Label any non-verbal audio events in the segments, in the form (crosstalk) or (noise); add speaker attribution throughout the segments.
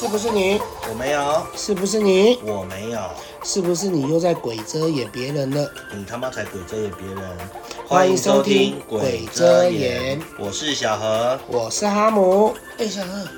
Speaker 1: 是不是你？
Speaker 2: 我没有，
Speaker 1: 是不是你？
Speaker 2: 我没有，
Speaker 1: 是不是你又在鬼遮掩别人了？
Speaker 2: 你他妈才鬼遮眼别人！
Speaker 1: 欢迎收听鬼遮眼，
Speaker 2: 我是小何。
Speaker 1: 我是哈姆。哎、小二，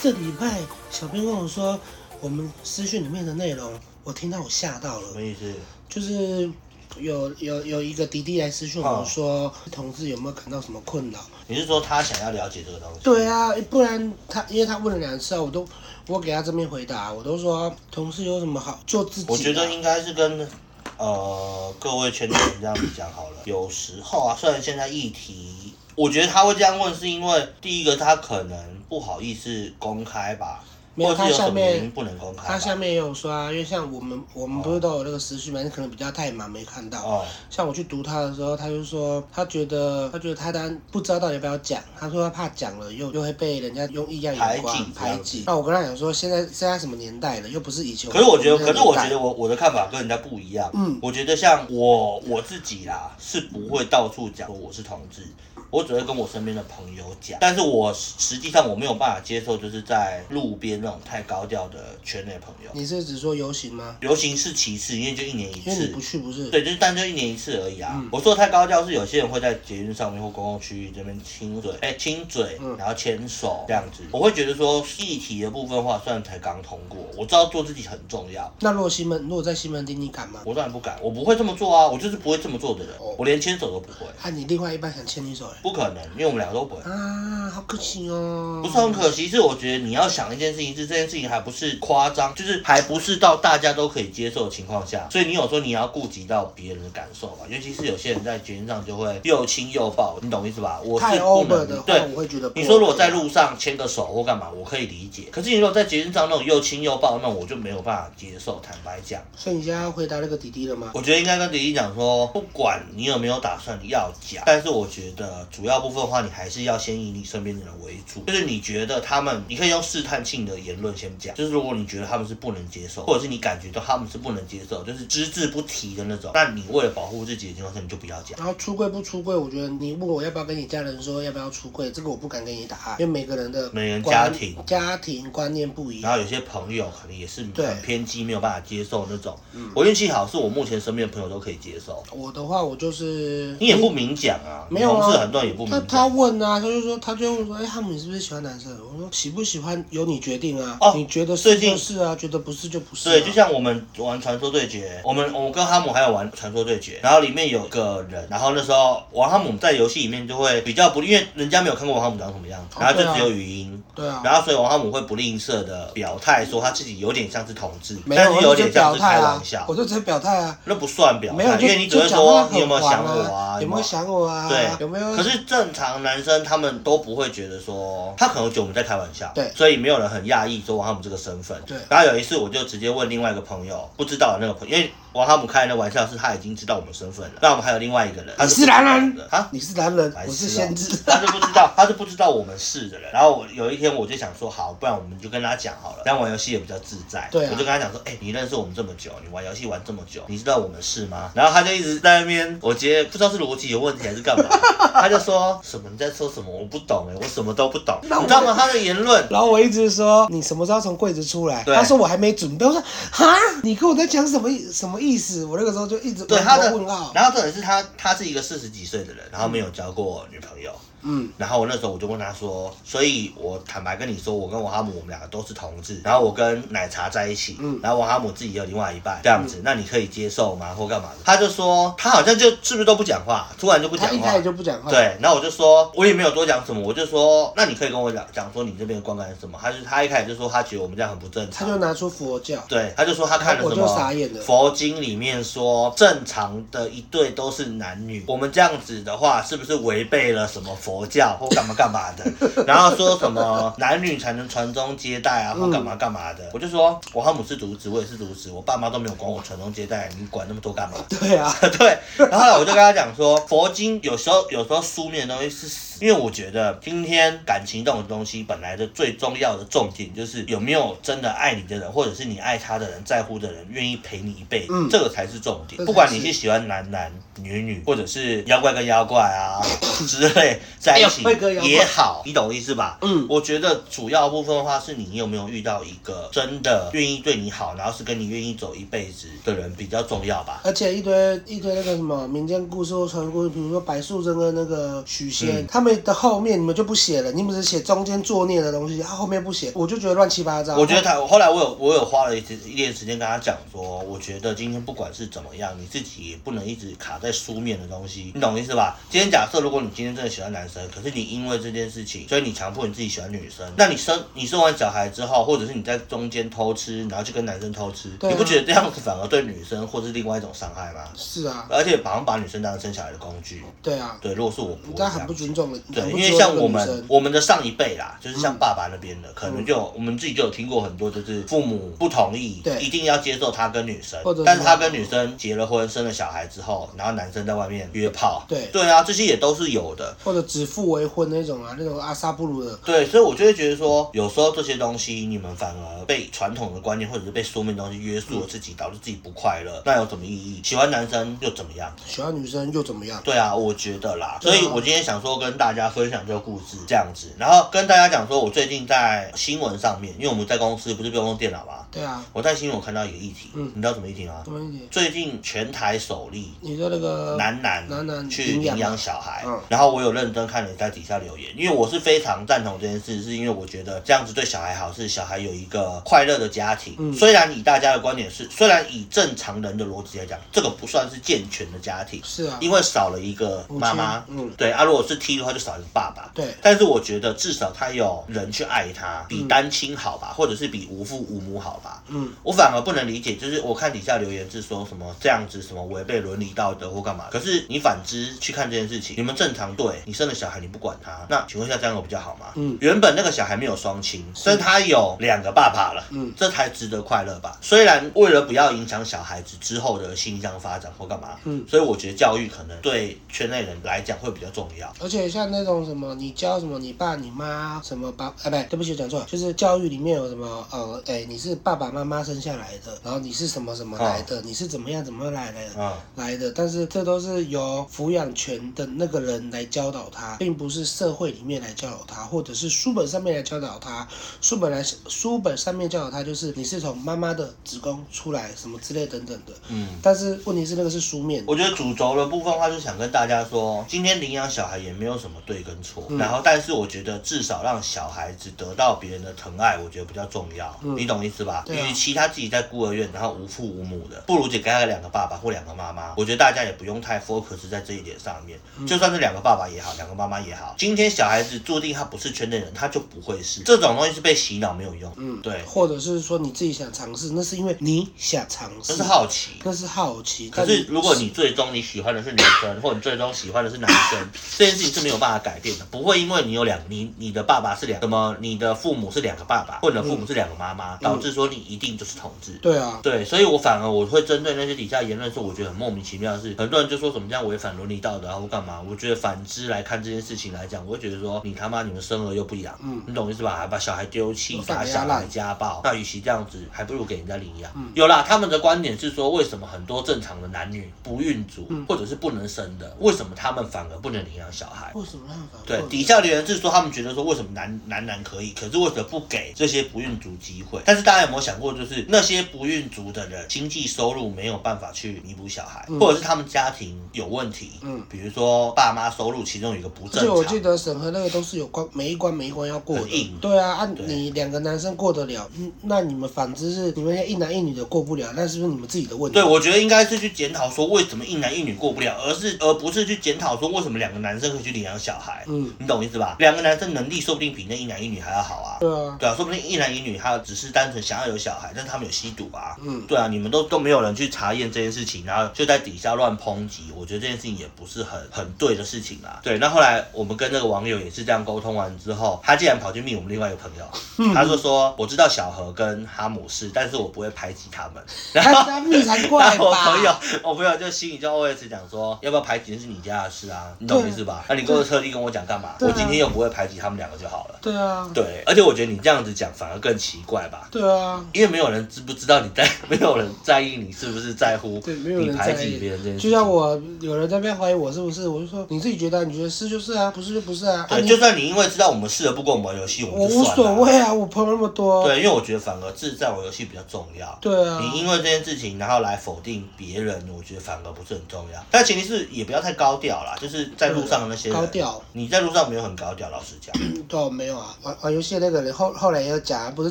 Speaker 1: 这礼拜小编跟我说，我们私讯里面的内容，我听到我吓到
Speaker 2: 什
Speaker 1: 了
Speaker 2: 么，意思？
Speaker 1: 就是。有有有一个弟弟来私讯我
Speaker 2: 哦
Speaker 1: 说，同志有没有感到什么困扰？
Speaker 2: 你是说他想要了解这个东西？
Speaker 1: 对啊，不然他因为他问了两次啊，我都我给他这边回答，我都说同事有什么好做自己啊、
Speaker 2: 我觉得应该是跟呃各位圈内人这样比较好了。有时候啊，虽然现在议题，我觉得他会这样问，是因为第一个他可能不好意思公开吧，
Speaker 1: 没有
Speaker 2: 或者是有
Speaker 1: 他下
Speaker 2: 什么
Speaker 1: 面
Speaker 2: 原因不能公开
Speaker 1: 他下
Speaker 2: 吧。
Speaker 1: 面也有说啊，因为像我们我们不是都有那个时序嘛，你可能比较太忙没看到。
Speaker 2: 哦，
Speaker 1: 像我去读他的时候，他就说他觉得他觉得他单不知道到底要不要讲，他说他怕讲了又又会被人家用异样眼
Speaker 2: 排
Speaker 1: 光
Speaker 2: 挤
Speaker 1: 排挤。那我跟他讲说，现在现在什么年代了，又不是以前。
Speaker 2: 可是我觉得，可是我
Speaker 1: 那个
Speaker 2: 觉
Speaker 1: 年代
Speaker 2: 得我我的看法跟人家不一样。
Speaker 1: 嗯
Speaker 2: 我觉得像我我自己啦，是不会到处讲我是同志，我只会跟我身边的朋友讲。但是我实际上我没有办法接受，就是在路边那种太高调的圈内朋友。
Speaker 1: 你是指说游行吗？
Speaker 2: 游行是其次，因为就一年一
Speaker 1: 因为你
Speaker 2: 次
Speaker 1: 不。去不是？
Speaker 2: 对，就是但就一年一次而已啊。
Speaker 1: 嗯
Speaker 2: 我说太高调是有些人会在捷运上面或公共区域这边亲嘴，哎、亲嘴，
Speaker 1: 嗯
Speaker 2: 然后牵手这样子。我会觉得说议题的部分话，虽然才刚通过，我知道做自己很重要，
Speaker 1: 那如果西门如果在西门町，你敢吗？
Speaker 2: 我当然不敢，我不会这么做啊，我就是不会这么做的人，
Speaker 1: 哦
Speaker 2: 我连牵手都不会，
Speaker 1: 啊，你另外一半想牵你手嘞？
Speaker 2: 不可能，因为我们两个都不会。
Speaker 1: 啊，好可惜哦。
Speaker 2: 不是啊很可惜，是我觉得你要想一件事情，是这件事情还不是夸张，就是还不是到大家都可以接受的情况下，所以你有时候你要顾及到别人的感受吧，尤其是有些人在捷运上就会又亲又抱，你懂意思吧？我
Speaker 1: 太
Speaker 2: 是不
Speaker 1: over 的
Speaker 2: 能
Speaker 1: 话，
Speaker 2: 对。
Speaker 1: 我会觉得不 OK。啊
Speaker 2: 你说如果在路上牵个手或干嘛，我可以理解。可是你如果在捷运上那种又亲又抱，那我就没有办法接受。坦白讲，
Speaker 1: 所以你现在要回答那个弟弟了吗？
Speaker 2: 我觉得应该跟迪迪讲说，不管你有没有打算要讲，但是我觉得主要部分的话，你还是要先以你身边的人为主。就是你觉得他们，你可以用试探性的言论先讲。就是如果你觉得他们是不能接受，或者是你感觉到他们是不能接受，就是只字不提的那种，那你为了保护自己的情况下，你就不要讲。
Speaker 1: 然后出柜不出柜，我觉得你问我要不要跟你家人说要不要出柜，这个我不敢给你答案，因为每个人的
Speaker 2: 每个人
Speaker 1: 观
Speaker 2: 家庭
Speaker 1: 家庭观念不一
Speaker 2: 然
Speaker 1: 样。
Speaker 2: 后有些朋友可能也是
Speaker 1: 对
Speaker 2: 很偏激，没有办法接受那种。
Speaker 1: 嗯
Speaker 2: 我运气好，是我目前身边的朋友都可以接受。
Speaker 1: 我的话，我就是
Speaker 2: 你也不明讲啊，
Speaker 1: 没有
Speaker 2: 你同事
Speaker 1: 啊，
Speaker 2: 很多人也不明
Speaker 1: 他
Speaker 2: 讲。
Speaker 1: 他问啊，他就说他就问说，哎、汉姆你是不是喜欢男生？我说喜不喜欢由你决定啊，
Speaker 2: 哦
Speaker 1: 你觉得
Speaker 2: 最
Speaker 1: 是
Speaker 2: 近
Speaker 1: 就是啊，觉得不是就不是、啊。
Speaker 2: 对，就像我们玩传说对决，我们我跟哈姆还有玩传说对决，然后里面有个人，然后那时候玩哈姆在游戏里面就会比较不，因为人家没有看过王哈姆长什么样子，
Speaker 1: 哦
Speaker 2: 然后
Speaker 1: 对
Speaker 2: 就
Speaker 1: 啊
Speaker 2: 只有语音。
Speaker 1: 对啊，
Speaker 2: 然后，所以王哈姆会不吝啬的表态说他自己有点像是同志，
Speaker 1: 没
Speaker 2: 但
Speaker 1: 有，
Speaker 2: 是
Speaker 1: 我
Speaker 2: 有
Speaker 1: 就
Speaker 2: 点
Speaker 1: 直接
Speaker 2: 像
Speaker 1: 表
Speaker 2: 是
Speaker 1: 态
Speaker 2: 开玩
Speaker 1: 啊，
Speaker 2: 笑，
Speaker 1: 我就直接表态啊。
Speaker 2: 那不算表
Speaker 1: 没有
Speaker 2: 态，
Speaker 1: 就
Speaker 2: 因为你只
Speaker 1: 就
Speaker 2: 会
Speaker 1: 讲话
Speaker 2: 说
Speaker 1: 很
Speaker 2: 你有没有
Speaker 1: 黄
Speaker 2: 想
Speaker 1: 啊
Speaker 2: 我啊，
Speaker 1: 有没有想我啊？
Speaker 2: 对
Speaker 1: 有没有？
Speaker 2: 可是正常男生他们都不会觉得说，他可能觉得我们在开玩笑，
Speaker 1: 对
Speaker 2: 所以没有人很讶异说王哈姆这个身份。
Speaker 1: 对
Speaker 2: 然后有一次我就直接问另外一个朋友，不知道的那个朋友，因为王哈姆开的那玩笑是他已经知道我们身份了，那我们还有另外一个人，他
Speaker 1: 你是
Speaker 2: 不知道
Speaker 1: 男人
Speaker 2: 的啊。
Speaker 1: 你是男人
Speaker 2: 白，痴哦
Speaker 1: 我是先
Speaker 2: (laughs)
Speaker 1: 知。
Speaker 2: 他是不知道，他是不知道我们是的人。然后我有一天我就想说，好，不然我们就跟他讲好了，这样玩游戏也比较自在。
Speaker 1: 对啊
Speaker 2: 我就跟他讲说，哎、你认识我们这么久，你玩游戏玩这么久，你知道我们是吗？然后他就一直在那边，我觉得不知道是逻辑有问题还是
Speaker 1: (laughs)
Speaker 2: 干嘛，他就说什么你在说什么，我不懂哎、我什么都不懂，你
Speaker 1: 那我
Speaker 2: 知道吗？他的言论。
Speaker 1: 然后我一直说你什么时候从柜子出来？
Speaker 2: 对
Speaker 1: 他说我还没准备。我说哈，你跟我在讲什么意什么意思？我那个时候就一直
Speaker 2: 对
Speaker 1: 我
Speaker 2: 他的
Speaker 1: 很多问号，。
Speaker 2: 然后重点是他，他是一个四十几岁的人，然后没有交过女朋友，
Speaker 1: 嗯，
Speaker 2: 然后我那时候我就问他说，所以我坦白跟你说，我跟王哈姆我们两个都是同志，然后我跟奶茶在一起，
Speaker 1: 嗯
Speaker 2: 然后王哈姆自己也有另外一半，这样子，那你可以接受吗？或干嘛的？他就说他好像就是不是都不讲话，突然就不讲
Speaker 1: 他一
Speaker 2: 话
Speaker 1: 开始。就哦不讲话。，
Speaker 2: 对，然后我就说，我也没有多讲什么，我就说，那你可以跟我讲讲说你这边的观感是什么？他就他一开始就说他觉得我们这样很不正
Speaker 1: 他
Speaker 2: 常，
Speaker 1: 就拿出佛教。
Speaker 2: 对，他就说他看了
Speaker 1: 我
Speaker 2: 什
Speaker 1: 就傻眼
Speaker 2: 么
Speaker 1: 了
Speaker 2: 佛经里面说，正常的一对都是男女，我们这样子的话，是不是违背了什么佛教或干嘛干嘛的？ (laughs) 然后说什么男女才能传宗接代啊，
Speaker 1: 嗯
Speaker 2: 或干嘛干嘛的？我就说，我汉姆是独子，我也是独子，我爸妈都没有管我传宗接代，你管那么多干嘛？ (laughs)
Speaker 1: 对啊，
Speaker 2: 对，然后后来我就跟他讲说，佛经有时候有时候书面的东西是死因为我觉得今天感情这种东西，本来的最重要的重点就是有没有真的爱你的人，或者是你爱他的人、在乎的人，愿意陪你一辈子，
Speaker 1: 嗯
Speaker 2: 这个才是重
Speaker 1: 这
Speaker 2: 点
Speaker 1: 才。是
Speaker 2: 不管你是喜欢男男女女，或者是妖怪跟妖怪
Speaker 1: (laughs)
Speaker 2: 啊之类在一起
Speaker 1: 哎呦会跟妖怪
Speaker 2: 也好，你懂我意思吧？
Speaker 1: 嗯，
Speaker 2: 我觉得主要部分的话，是你有没有遇到一个真的愿意对你好，然后是跟你愿意走一辈子的人比较重要吧。
Speaker 1: 而且一堆一堆那个什么民间故事或传说故事，比如说白素贞跟那个许仙，
Speaker 2: 嗯
Speaker 1: 他们的后面你们就不写了，你们只写中间作孽的东西，他、后面不写，我就觉得乱七八糟。
Speaker 2: 我觉得他后来我有我有花了一点一点时间跟他讲说，我觉得今天不管是怎么样，你自己也不能一直卡在书面的东
Speaker 1: 嗯
Speaker 2: 西，你懂我意思吧？今天假设如果你今天真的喜欢男生，可是你因为这件事情，所以你强迫你自己喜欢女生，那你生你生完小孩之后，或者是你在中间偷吃，然后就跟男生偷吃，
Speaker 1: 对啊
Speaker 2: 你不觉得这样子反而对女生或是另外一种伤害吗？
Speaker 1: 是啊，
Speaker 2: 而且好像把女生当成生小孩的工具。
Speaker 1: 对啊，
Speaker 2: 对，如果是我
Speaker 1: 你
Speaker 2: 不会
Speaker 1: 这
Speaker 2: 这
Speaker 1: 样很
Speaker 2: 样
Speaker 1: 不。尊重了，
Speaker 2: 对，
Speaker 1: 很
Speaker 2: 因
Speaker 1: 不
Speaker 2: 为
Speaker 1: 尊重
Speaker 2: 像
Speaker 1: 那个
Speaker 2: 我
Speaker 1: 女
Speaker 2: 们
Speaker 1: 生。嗯
Speaker 2: 我们的上一辈啦，就是像爸爸那边的，可能就我们自己就有听过很多，就是父母不同意
Speaker 1: 对，
Speaker 2: 一定要接受他跟女生
Speaker 1: 或者是，
Speaker 2: 但是他跟女生结了婚，生了小孩之后，然后男生在外面约炮，
Speaker 1: 对
Speaker 2: 对啊，这些也都是有的。
Speaker 1: 或者指腹为婚那种啊，那种阿萨布鲁的，
Speaker 2: 对，所以我就会觉得说，有时候这些东西你们反而被传统的观念或者是被书面的东西约
Speaker 1: 嗯
Speaker 2: 束了自己，导致自己不快乐，那有什么意义？喜欢男生又怎么样？
Speaker 1: 喜欢女生又怎么样？
Speaker 2: 对啊，我觉得啦，
Speaker 1: 对啊
Speaker 2: 所以我今天想说跟大家分享这个故事这样子，然后跟大家讲说，我最近在新闻上面，因为我们在公司不是不用用电脑嘛，
Speaker 1: 对啊，
Speaker 2: 我在新闻看到一个议题，
Speaker 1: 嗯
Speaker 2: 你知道什么议题吗
Speaker 1: 怎？么一点？
Speaker 2: 最近全台首例
Speaker 1: 你说那个
Speaker 2: 男男
Speaker 1: 男男
Speaker 2: 去
Speaker 1: 领养
Speaker 2: 领
Speaker 1: 嘛
Speaker 2: 养小孩
Speaker 1: 嗯，
Speaker 2: 然后我有认真看了在底下留言，因为我是非常赞同这件事，是因为我觉得这样子对小孩好，是小孩有一个快乐的家
Speaker 1: 嗯
Speaker 2: 庭。虽然以大家的观点是，虽然以正常人的逻辑来讲，这个不算是健全的家庭，
Speaker 1: 是啊，
Speaker 2: 因为少了一个
Speaker 1: 母亲
Speaker 2: 妈妈，
Speaker 1: 嗯
Speaker 2: 对啊，如果是 T 的话，就少一个爸爸。
Speaker 1: 对
Speaker 2: 但是我觉得至少他有人去爱他，比
Speaker 1: 嗯
Speaker 2: 单亲好吧，或者是比无父无母好吧。
Speaker 1: 嗯，
Speaker 2: 我反而不能理解，就是我看底下留言是说什么这样子，什么违背伦理道德或干嘛。可是你反之去看这件事情，你们正常对你生了小孩你不管他，那请问一下这样有比较好吗？
Speaker 1: 嗯，
Speaker 2: 原本那个小孩没有双亲，但他有两个爸爸了，
Speaker 1: 嗯，
Speaker 2: 这才值得快乐吧。虽然为了不要影响小孩子之后的性向发展或干嘛，
Speaker 1: 嗯，
Speaker 2: 所以我觉得教育可能对圈内人来讲会比较重要。
Speaker 1: 而且像那种什么，你教什么你爸你妈什么爸，哎，不对，对不起，我讲错了，就是教育里面有什么呃，哎，你是爸爸妈妈生下来的，然后你是什么什么来的，你是怎么样怎么样来的。
Speaker 2: 啊、
Speaker 1: 来的，但是这都是由抚养权的那个人来教导他，并不是社会里面来教导他，或者是书本上面来教导他。书本来书本上面教导他，就是你是从妈妈的子宫出来什么之类等等的。
Speaker 2: 嗯。
Speaker 1: 但是问题是那个是书面的，
Speaker 2: 我觉得主轴的部分的话，就想跟大家说，今天领养小孩也没有什么对跟错，
Speaker 1: 嗯
Speaker 2: 然后但是我觉得至少让小孩子得到别人的疼爱，我觉得比较重要，你懂意思吧？
Speaker 1: 对啊
Speaker 2: 与其他自己在孤儿院然后无父无母的，不如只给他两个爸爸或两个妈妈。我觉得大家也不用太 focus 在这一点上面，
Speaker 1: 嗯
Speaker 2: 就算是两个爸爸也好，两个妈妈也好，今天小孩子注定他不是圈内人，他就不会是这种东西是被洗脑没有用，嗯，对，
Speaker 1: 或者是说你自己想尝试，那是因为你想尝
Speaker 2: 这
Speaker 1: 试
Speaker 2: 是，好奇。
Speaker 1: 那是好奇。
Speaker 2: 可
Speaker 1: 但
Speaker 2: 是如果你最终你喜欢的是女生，或者你最终喜欢的是男生，这件事情是没有办法改变的，不会因为你有两你你的爸爸是两什么，你的父母是两个爸爸，或者你的父母是两个妈妈，导致说你一定就是同志。
Speaker 1: 对啊，
Speaker 2: 对，所以我反而我会针对那些底下言论说，我觉得很莫名其妙的是，很多人就说什么这样违反伦理道德啊或干嘛，我觉得反之来看这件事情来讲，我会觉得说你他妈你们生儿又不养，
Speaker 1: 嗯
Speaker 2: 你懂意思吧？还把小孩丢弃
Speaker 1: 又，反
Speaker 2: 打
Speaker 1: 压
Speaker 2: 小
Speaker 1: 烂嗯
Speaker 2: 孩家暴，那与其这样子，还不如给人家领养。有啦，他们的观点是说，为什么很多正常的男女不孕族、
Speaker 1: 嗯
Speaker 2: 或者是不能生的，为什么他们反而不能领养小孩？
Speaker 1: 为什么让法？
Speaker 2: 对，底下留言是说他们觉得说为什么男男男可以，可是为什么不给这些不孕族机会？但是大家有没有想过，就是那些不孕族的人经济收入没有办法去弥补小孩，或者是他们家庭有问题，
Speaker 1: 嗯，
Speaker 2: 比如说爸妈收入其中有一个不
Speaker 1: 而
Speaker 2: 正
Speaker 1: 且
Speaker 2: 常，
Speaker 1: 我记得审核那个都是有关每一关每一关要过
Speaker 2: 很
Speaker 1: 的
Speaker 2: 硬，
Speaker 1: 对啊，啊
Speaker 2: 对
Speaker 1: 你两个男生过得了，嗯那你们反之是你们一男一女的过不了，那是不是你们自己的问题
Speaker 2: 对，？我觉得应该是去检讨说为什么一男一女过不了，而是而不是去检讨说为什么两个男生可以去领养小孩。
Speaker 1: 嗯，
Speaker 2: 你懂我意思吧？两个男生能力说不定比那一男一女还要好啊。
Speaker 1: 对啊，
Speaker 2: 对啊，说不定一男一女他只是单纯想要有小孩，但是他们有吸毒啊。
Speaker 1: 嗯
Speaker 2: 对啊，你们都都没有人去查验这件事情，然后就在底下乱抨击，我觉得这件事情也不是很很对的事情啊。对，那后来我们跟那个网友也是这样沟通完之后，他竟然跑去密我们另外一个朋
Speaker 1: (laughs)
Speaker 2: 友，他就说我知道小何跟哈姆是，但是我不会排挤他们。
Speaker 1: (laughs)
Speaker 2: 然
Speaker 1: 他
Speaker 2: 后
Speaker 1: 他密才怪
Speaker 2: (laughs) 那我朋友
Speaker 1: 吧？，
Speaker 2: 我朋友就心里就 OS 讲说，要不要排挤是你家的事啊，你懂我意思吧？那、你跟我特地跟我讲干嘛？
Speaker 1: 对啊
Speaker 2: 我今天又不会排挤他们两个就好了。
Speaker 1: 对啊，
Speaker 2: 对，而且我觉得你这样子讲反而更奇怪吧，
Speaker 1: 对啊，
Speaker 2: 因为没有人知不知道你在， (laughs) 没有人在意你是不是在乎
Speaker 1: 对，没有
Speaker 2: 你
Speaker 1: 人
Speaker 2: 排
Speaker 1: 在
Speaker 2: 挤
Speaker 1: 意
Speaker 2: 别。人这件事情。
Speaker 1: 就像我有人在那边怀疑我是不是，我就说你自己觉得啊，你觉得是就是啊，不是就不是啊，啊
Speaker 2: 对，
Speaker 1: 你
Speaker 2: 就算你因为知道我们适合不跟我们玩游戏，我
Speaker 1: 我
Speaker 2: 们就
Speaker 1: 无
Speaker 2: 算
Speaker 1: 所
Speaker 2: 了。
Speaker 1: 谓啊，我朋友那么多，
Speaker 2: 对，因为我觉得反而自在玩游戏比较重要。
Speaker 1: 对啊，
Speaker 2: 你因为这件事情，然后来否定别人，我觉得反而不是很重要。但前提是也不要太高调啦，就是在路上的那些人
Speaker 1: 高调，
Speaker 2: 你在路上没有很高调，老实讲，
Speaker 1: 哦，没有啊，玩玩游戏的那个人后后来也有讲啊，不是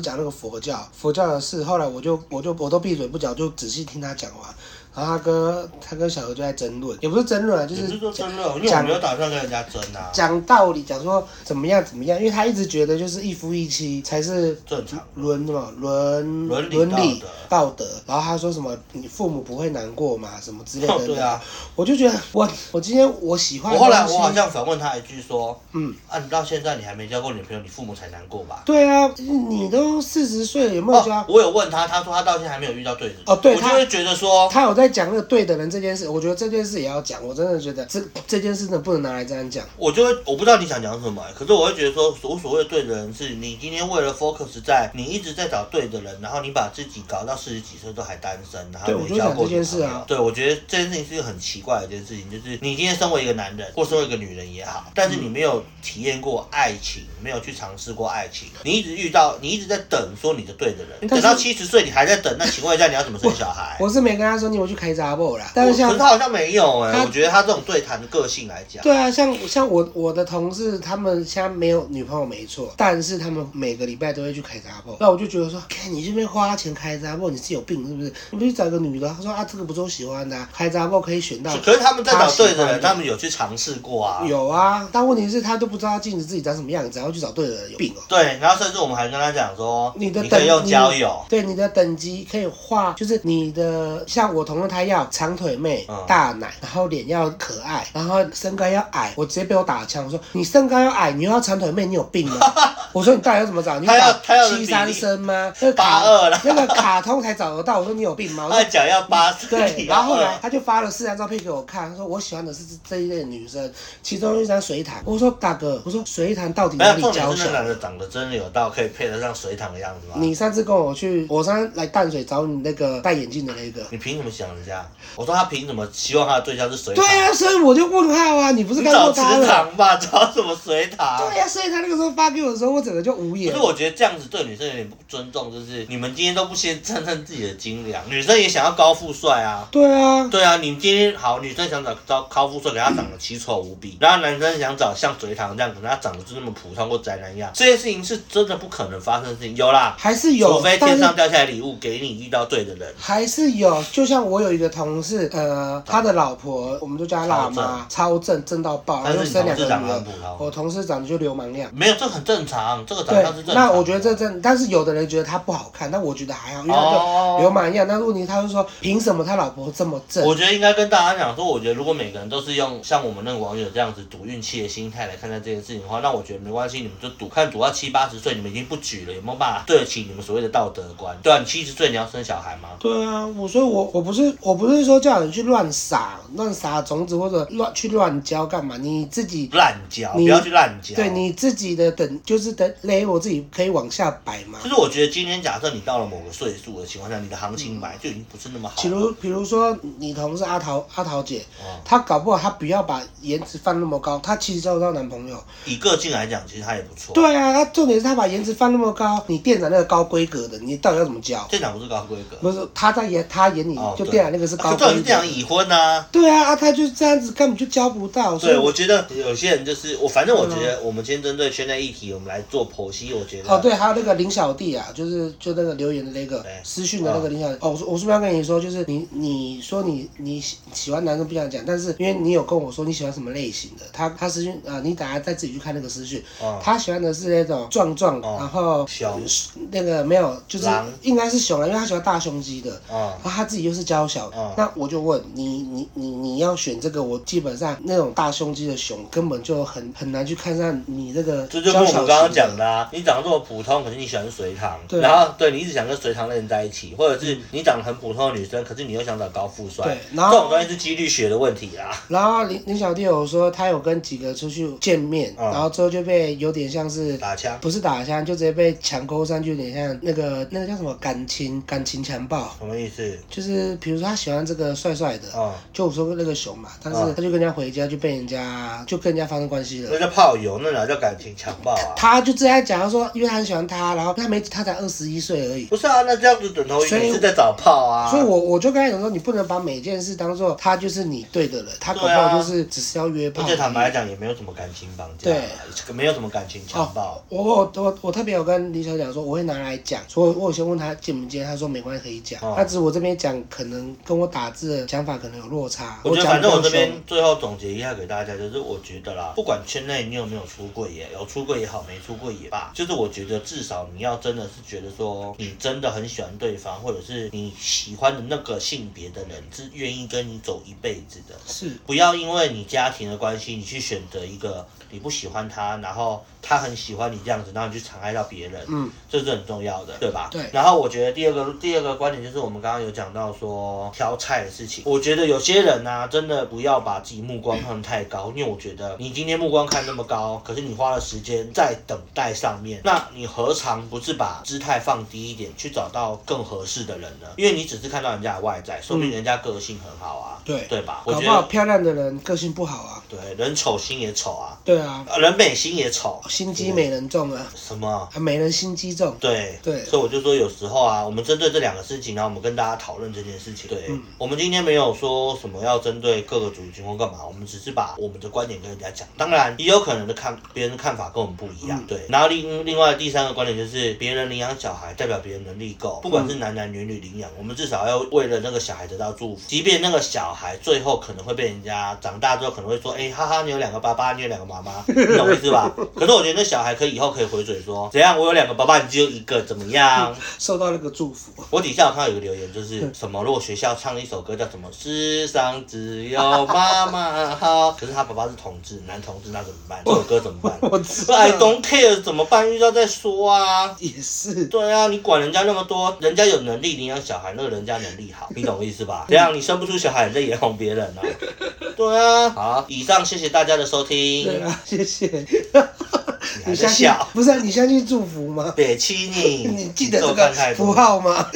Speaker 1: 讲那个佛教佛教的事，后来我就我就我都闭嘴不讲，就仔细听他讲完。然后他跟他跟小何就在争论，也不是争论啊，就
Speaker 2: 也不
Speaker 1: 是
Speaker 2: 是说
Speaker 1: 讲
Speaker 2: 争论，因为我没有打算跟人家争啊，
Speaker 1: 讲道理，讲说怎么样怎么样，因为他一直觉得就是一夫一妻才是
Speaker 2: 正常。
Speaker 1: 伦什么伦
Speaker 2: 伦理
Speaker 1: 理
Speaker 2: 道
Speaker 1: 道德，然后他说什么你父母不会难过嘛，什么之类的。
Speaker 2: 对啊，，
Speaker 1: 我就觉得我我今天我喜欢
Speaker 2: 我
Speaker 1: 的
Speaker 2: 后来
Speaker 1: 东西
Speaker 2: 我好像反问他一句说，
Speaker 1: 嗯，
Speaker 2: 啊，你到现在你还没交过女朋友，你父母才难过吧？
Speaker 1: 对啊，你都四十岁了，有没有交
Speaker 2: 哦，我有问他，他说他到现在还没有遇到对的人。
Speaker 1: 哦对
Speaker 2: 我就
Speaker 1: 他
Speaker 2: 会觉得说，
Speaker 1: 他有在讲那个对的人这件事，我觉得这件事也要讲。我真的觉得这这件事真的不能拿来这样讲。
Speaker 2: 我就会我不知道你想讲什么、可是我会觉得说，所所谓的对的人是你今天为了 focus 在你一直在找对的人，然后你把自己搞到四十几岁都还单身，然后
Speaker 1: 对
Speaker 2: 没
Speaker 1: 我就
Speaker 2: 交
Speaker 1: 想
Speaker 2: 过
Speaker 1: 这
Speaker 2: 女
Speaker 1: 件
Speaker 2: 朋
Speaker 1: 事啊
Speaker 2: 友。对，我觉得这件事情是一个很奇怪的一件事情，就是你今天身为一个男人或身为一个女人也好，但是你没有体验过爱情，没有去尝试过爱情，你一直遇到，你一直在等说你的对的人，你等
Speaker 1: 但是
Speaker 2: 到七十岁你还在等，那请问一下你要怎么生小孩？
Speaker 1: 我是没跟他说你我去开杂报啦，但
Speaker 2: 哎我
Speaker 1: 是
Speaker 2: 可
Speaker 1: 像
Speaker 2: 是他好像没有哎、
Speaker 1: 他
Speaker 2: 我觉得他这种对谈的个性来讲，
Speaker 1: 对啊，像像我我的同事他们现在没有女朋友没错，但是他们每个礼拜都会去开杂报，那我就觉得说，看你这边花钱开杂报，你是有病是不是？你不去找个女的，他说啊这个不是我喜欢的啊、开杂报可以选到。
Speaker 2: 可是他们在找
Speaker 1: 他
Speaker 2: 对的
Speaker 1: 喜
Speaker 2: 人，
Speaker 1: 欢
Speaker 2: 他们有去尝试过啊。
Speaker 1: 有啊，但问题是，他都不知道镜子自己长什么样子，然后去找对的人，有病哦、
Speaker 2: 对，然后甚至我们还跟他讲说，
Speaker 1: 你的
Speaker 2: 可
Speaker 1: 等
Speaker 2: 以用交友，
Speaker 1: 对你的等级可以画，就是你的像我同事他要长腿妹、
Speaker 2: 嗯
Speaker 1: 大奶，然后脸要可爱，然后身高要矮，我直接被我打枪，我说你身高要矮，你又要长腿妹，你有病吗？
Speaker 2: (laughs)
Speaker 1: 我说你到底要怎么找？你
Speaker 2: 他要他要
Speaker 1: 找
Speaker 2: 的比
Speaker 1: 七
Speaker 2: 例
Speaker 1: 三身吗？那个
Speaker 2: 八
Speaker 1: 卡
Speaker 2: 二哎啦
Speaker 1: 那个卡通才找得到。我说你有病吗？我
Speaker 2: (laughs) 他
Speaker 1: 说
Speaker 2: 讲要八十，
Speaker 1: 对，然后后来
Speaker 2: 呢？
Speaker 1: 他就发了四张照片给我看，他说我喜欢的是这一类的女生，其中一张水潭。我说大哥，我说水潭到底
Speaker 2: 没
Speaker 1: 哪
Speaker 2: 有
Speaker 1: 里
Speaker 2: 重
Speaker 1: 娇
Speaker 2: 点是
Speaker 1: 小
Speaker 2: 那？男的长得真的有到可以配得上水塘的样子吗？
Speaker 1: 你上次跟我去，我上次来淡水找你那个戴眼镜的那个。
Speaker 2: 你凭什么想人家？我说他凭什么希望他的对象是水塘？
Speaker 1: 对啊，所以我就问号啊，你不是
Speaker 2: 你
Speaker 1: 看
Speaker 2: 找
Speaker 1: 过
Speaker 2: 池
Speaker 1: 他了？
Speaker 2: 塘吧，找什么水塘？
Speaker 1: 对呀、啊所以他那个时候发给我的时候，我整个就无
Speaker 2: 可
Speaker 1: 言
Speaker 2: 是。我觉得这样子对女生有点不尊重，就是你们今天都不先称称自己的斤两，女生也想要高富帅啊。
Speaker 1: 对啊，
Speaker 2: 对啊，你今天好，女生想找找高富帅，给他长得奇丑无比；然后男生想找像隋唐这样，可能他长得就那么普通或宅男样，这件事情是真的不可能发生的事情。有啦，
Speaker 1: 还是
Speaker 2: 除
Speaker 1: 有
Speaker 2: 非，
Speaker 1: 但
Speaker 2: 天
Speaker 1: 是
Speaker 2: 上掉下来礼物给你遇到对的人。
Speaker 1: 还是有。就像我有一个同事，呃，他的老婆，我们就叫他辣妈，超正，正到爆，然
Speaker 2: 但
Speaker 1: 后
Speaker 2: 是
Speaker 1: 就
Speaker 2: 你
Speaker 1: 生两
Speaker 2: 同
Speaker 1: 个
Speaker 2: 事
Speaker 1: 女
Speaker 2: 长得
Speaker 1: 儿
Speaker 2: 很普。通，
Speaker 1: 我同事长得就流氓样。
Speaker 2: 没有，这很正常，这个长
Speaker 1: 对
Speaker 2: 相是，正常的。
Speaker 1: 那我觉得这正，但是有的人觉得他不好看，但我觉得还好，因为他就流
Speaker 2: 哦，
Speaker 1: 氓样。但是问题他就说，凭什么他老婆这么正？
Speaker 2: 我觉得应该跟大家讲说，我觉得如果每个人都是用像我们那个网友这样子赌运气的心态来看待这件事情的话，那我觉得没关系，你们就赌，看赌到七八十岁，你们已经不举了，有没有办法对得起你们所谓的道德观？对啊，你七十岁你要生小孩吗？
Speaker 1: 对啊，我所以我，我不是我不是说叫你去乱撒乱撒种子或者乱去乱教干嘛，你自己
Speaker 2: 滥交，不
Speaker 1: 你
Speaker 2: 要去滥交。
Speaker 1: 对。你自己的等就是等 level 自己可以往下摆嘛
Speaker 2: 可。是我觉得今天假设你到了某个岁数的情况下，你的行情
Speaker 1: 嗯
Speaker 2: 买就已经不是那么好
Speaker 1: 比
Speaker 2: 了。
Speaker 1: 如比如说你同事阿桃阿桃姐，
Speaker 2: 哦
Speaker 1: 她搞不好她不要把颜值放那么高，她其实交得到男朋友。
Speaker 2: 以个性来讲，其实他也不错。，
Speaker 1: 对啊，她重点是她把颜值放那么高，你店长那个高规格的，你到底要怎么教？
Speaker 2: 店长不是高规格，
Speaker 1: 不是她在眼她眼里
Speaker 2: 哦
Speaker 1: 嗯就
Speaker 2: 对
Speaker 1: 店长那个是
Speaker 2: 可
Speaker 1: 高
Speaker 2: 重点
Speaker 1: 规
Speaker 2: 是
Speaker 1: 格
Speaker 2: 店长
Speaker 1: 的。
Speaker 2: 已婚啊。
Speaker 1: 对啊，啊，她就这样子根本就教不到。所以
Speaker 2: 对，我觉得有些人就是我，反正我觉得我们今天针对圈内议题，我们来做剖析。我觉得
Speaker 1: 嗯哦，对，还有那个林小弟啊，就是就那个留言的那个
Speaker 2: 对
Speaker 1: 私讯的那个林小弟。哦，我说我是不是要跟你说，就是你你说你你喜喜欢男生不想讲，但是因为你有跟我说你喜欢什么类型的，他他私讯啊、呃你等下再自己去看那个私讯。
Speaker 2: 哦
Speaker 1: 他喜欢的是那种壮壮，
Speaker 2: 哦
Speaker 1: 然后呃
Speaker 2: 熊
Speaker 1: 那个没有，就是啊
Speaker 2: 狼
Speaker 1: 应该是熊了，因为他喜欢大胸肌的。
Speaker 2: 啊
Speaker 1: 然后他自己又是娇小的。
Speaker 2: 嗯
Speaker 1: 那我就问你，你你你要选这个，我基本上那种大胸肌的熊根本就很很难去看上你这个
Speaker 2: 这就跟
Speaker 1: 娇
Speaker 2: 我
Speaker 1: 小
Speaker 2: 们刚刚
Speaker 1: 型
Speaker 2: 讲的啊，你长得这么普通，可是你喜欢隋唐，
Speaker 1: 对嗯
Speaker 2: 然后对你一直想跟隋唐的人在一起，或者是你长得很普通的女生，可是你又想找高富帅，
Speaker 1: 对
Speaker 2: 这
Speaker 1: 然后
Speaker 2: 种东西是几率学的问题啊。
Speaker 1: 然后林林小弟有说他有跟几个出去见面，
Speaker 2: 嗯
Speaker 1: 然后之后就被有点像是
Speaker 2: 打枪，
Speaker 1: 不是打枪，就直接被强勾上去，有点像那个那个叫什么感情感情强暴，
Speaker 2: 什么意思？
Speaker 1: 就是比如说他喜欢这个帅帅的，
Speaker 2: 啊、
Speaker 1: 就我说过那个熊嘛，但是
Speaker 2: 嗯
Speaker 1: 他就跟人家回家就被人家就跟人家发生关系了
Speaker 2: 那。叫炮友，那哪叫感情强暴啊？
Speaker 1: 他就这样讲，他说因为他很喜欢他，然后他没他才二十一岁而已，
Speaker 2: 不是啊，那这样子等同于
Speaker 1: 所以
Speaker 2: 你是在找炮啊。
Speaker 1: 所以我我就跟他讲说，你不能把每件事当做他就是你对的人，他搞不
Speaker 2: 对啊
Speaker 1: 好就是只是要约炮
Speaker 2: 而
Speaker 1: 而已。
Speaker 2: 且坦白讲，也没有什么感情绑架啊，没有什么感情强暴。
Speaker 1: 我我我我特别有跟李小姐讲说，我会拿来讲，所以我有先问他见不见，他说没关系可以讲
Speaker 2: 哦，
Speaker 1: 他只是我这边讲可能跟我打字的讲法可能有落差，
Speaker 2: 我觉得
Speaker 1: 讲
Speaker 2: 反正我
Speaker 1: 更
Speaker 2: 这边
Speaker 1: 凶
Speaker 2: 最后总结一下给大家，就是我觉得啦，不管圈内你有没有出柜也，有出柜也好，没出柜也罢，就是我觉得至少你要真的是觉得说你真的很喜欢对方，或者是你喜欢的那个性别的人是愿意跟你走一辈子的，
Speaker 1: 是
Speaker 2: 不要因为你家庭的关系，你去选择一个你不喜欢他，然后他很喜欢你这样子，然后你去残害到别人，
Speaker 1: 嗯，
Speaker 2: 这是很重要的，对吧？
Speaker 1: 对
Speaker 2: 然后我觉得第二个第二个观点就是我们刚刚有讲到说挑菜的事情，我觉得有些人呢、真的不要把自己目光看得太高，因为我觉得你今天目光看那么高，可是你花了时间在等待上面，那你何尝不是把姿态放低一点，去找到更合适的人呢？因为你只是看到人家的外在，说不定人家个性很好啊，
Speaker 1: 嗯对
Speaker 2: 对吧？我
Speaker 1: 搞
Speaker 2: 觉
Speaker 1: 不好
Speaker 2: 得。
Speaker 1: 漂亮的人个性不好啊，
Speaker 2: 对，人丑心也丑啊，
Speaker 1: 对啊，
Speaker 2: 呃人美心也丑，
Speaker 1: 心机没人中啊，
Speaker 2: 什么？
Speaker 1: 啊没人心机重，
Speaker 2: 对
Speaker 1: 对
Speaker 2: 所以我就说有时候啊，我们针对这两个事情，然后我们跟大家讨论这件事情。对，
Speaker 1: 嗯
Speaker 2: 我们今天没有说什么要针对各个族群或干嘛，我们只是把我们的观点跟人家讲。当然，也有可能的看别人的看法跟我们不一
Speaker 1: 嗯
Speaker 2: 样。对，然后另另外第三个观点就是，别人领养小孩代表别人能力
Speaker 1: 嗯
Speaker 2: 够，不管是男男女女领养，我们至少要为了那个小孩得到祝福，即便那个小孩最后可能会被人家长大之后可能会说，哎、哈哈，你有两个爸爸，你有两个
Speaker 1: (laughs)
Speaker 2: 妈妈，你懂我意思吧？ (laughs) 可是我觉得那小孩可以以后可以回嘴说，怎样，我有两个爸爸，你只有一个，怎么样？ (laughs)
Speaker 1: 受到那个祝福，
Speaker 2: 我底下有看到有个留言，
Speaker 1: 嗯
Speaker 2: 就是什么，如果学校唱一首歌叫什么《世上只有妈妈好》， (laughs) 可是他爸爸是同志，男同志，那怎么办？这首歌怎么办
Speaker 1: (laughs) 我知道
Speaker 2: ？I don't care 怎么办？遇到再说啊。
Speaker 1: 也是
Speaker 2: 对啊，你管人家那么多，人家有能力领养小孩，那个人家能力好，你懂我意思
Speaker 1: (laughs)
Speaker 2: 吧？这样你生不出小孩，你在眼红别人啊。对啊，好，以上谢谢大家的收
Speaker 1: 对
Speaker 2: 听。
Speaker 1: 啊，谢谢。
Speaker 2: 你还
Speaker 1: 你
Speaker 2: 在
Speaker 1: 相信
Speaker 2: 笑？
Speaker 1: 不是啊你相信祝福吗？
Speaker 2: 北七你，
Speaker 1: 你记得
Speaker 2: 做
Speaker 1: 这
Speaker 2: 饭
Speaker 1: 个
Speaker 2: 太多
Speaker 1: 符号吗？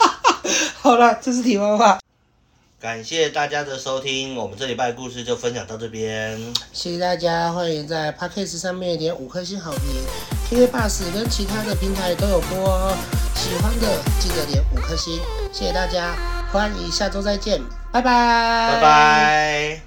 Speaker 1: (laughs) 好了，这是题外话，
Speaker 2: 感谢大家的收听，我们这礼拜的故事就分享到这边。
Speaker 1: 谢谢大家，欢迎在 p a c k a g e 上面点五颗星好评，KK Bus 跟其他的平台都有播哦。喜欢的记得点五颗星，谢谢大家，欢迎下周再见，拜拜，
Speaker 2: 拜。拜。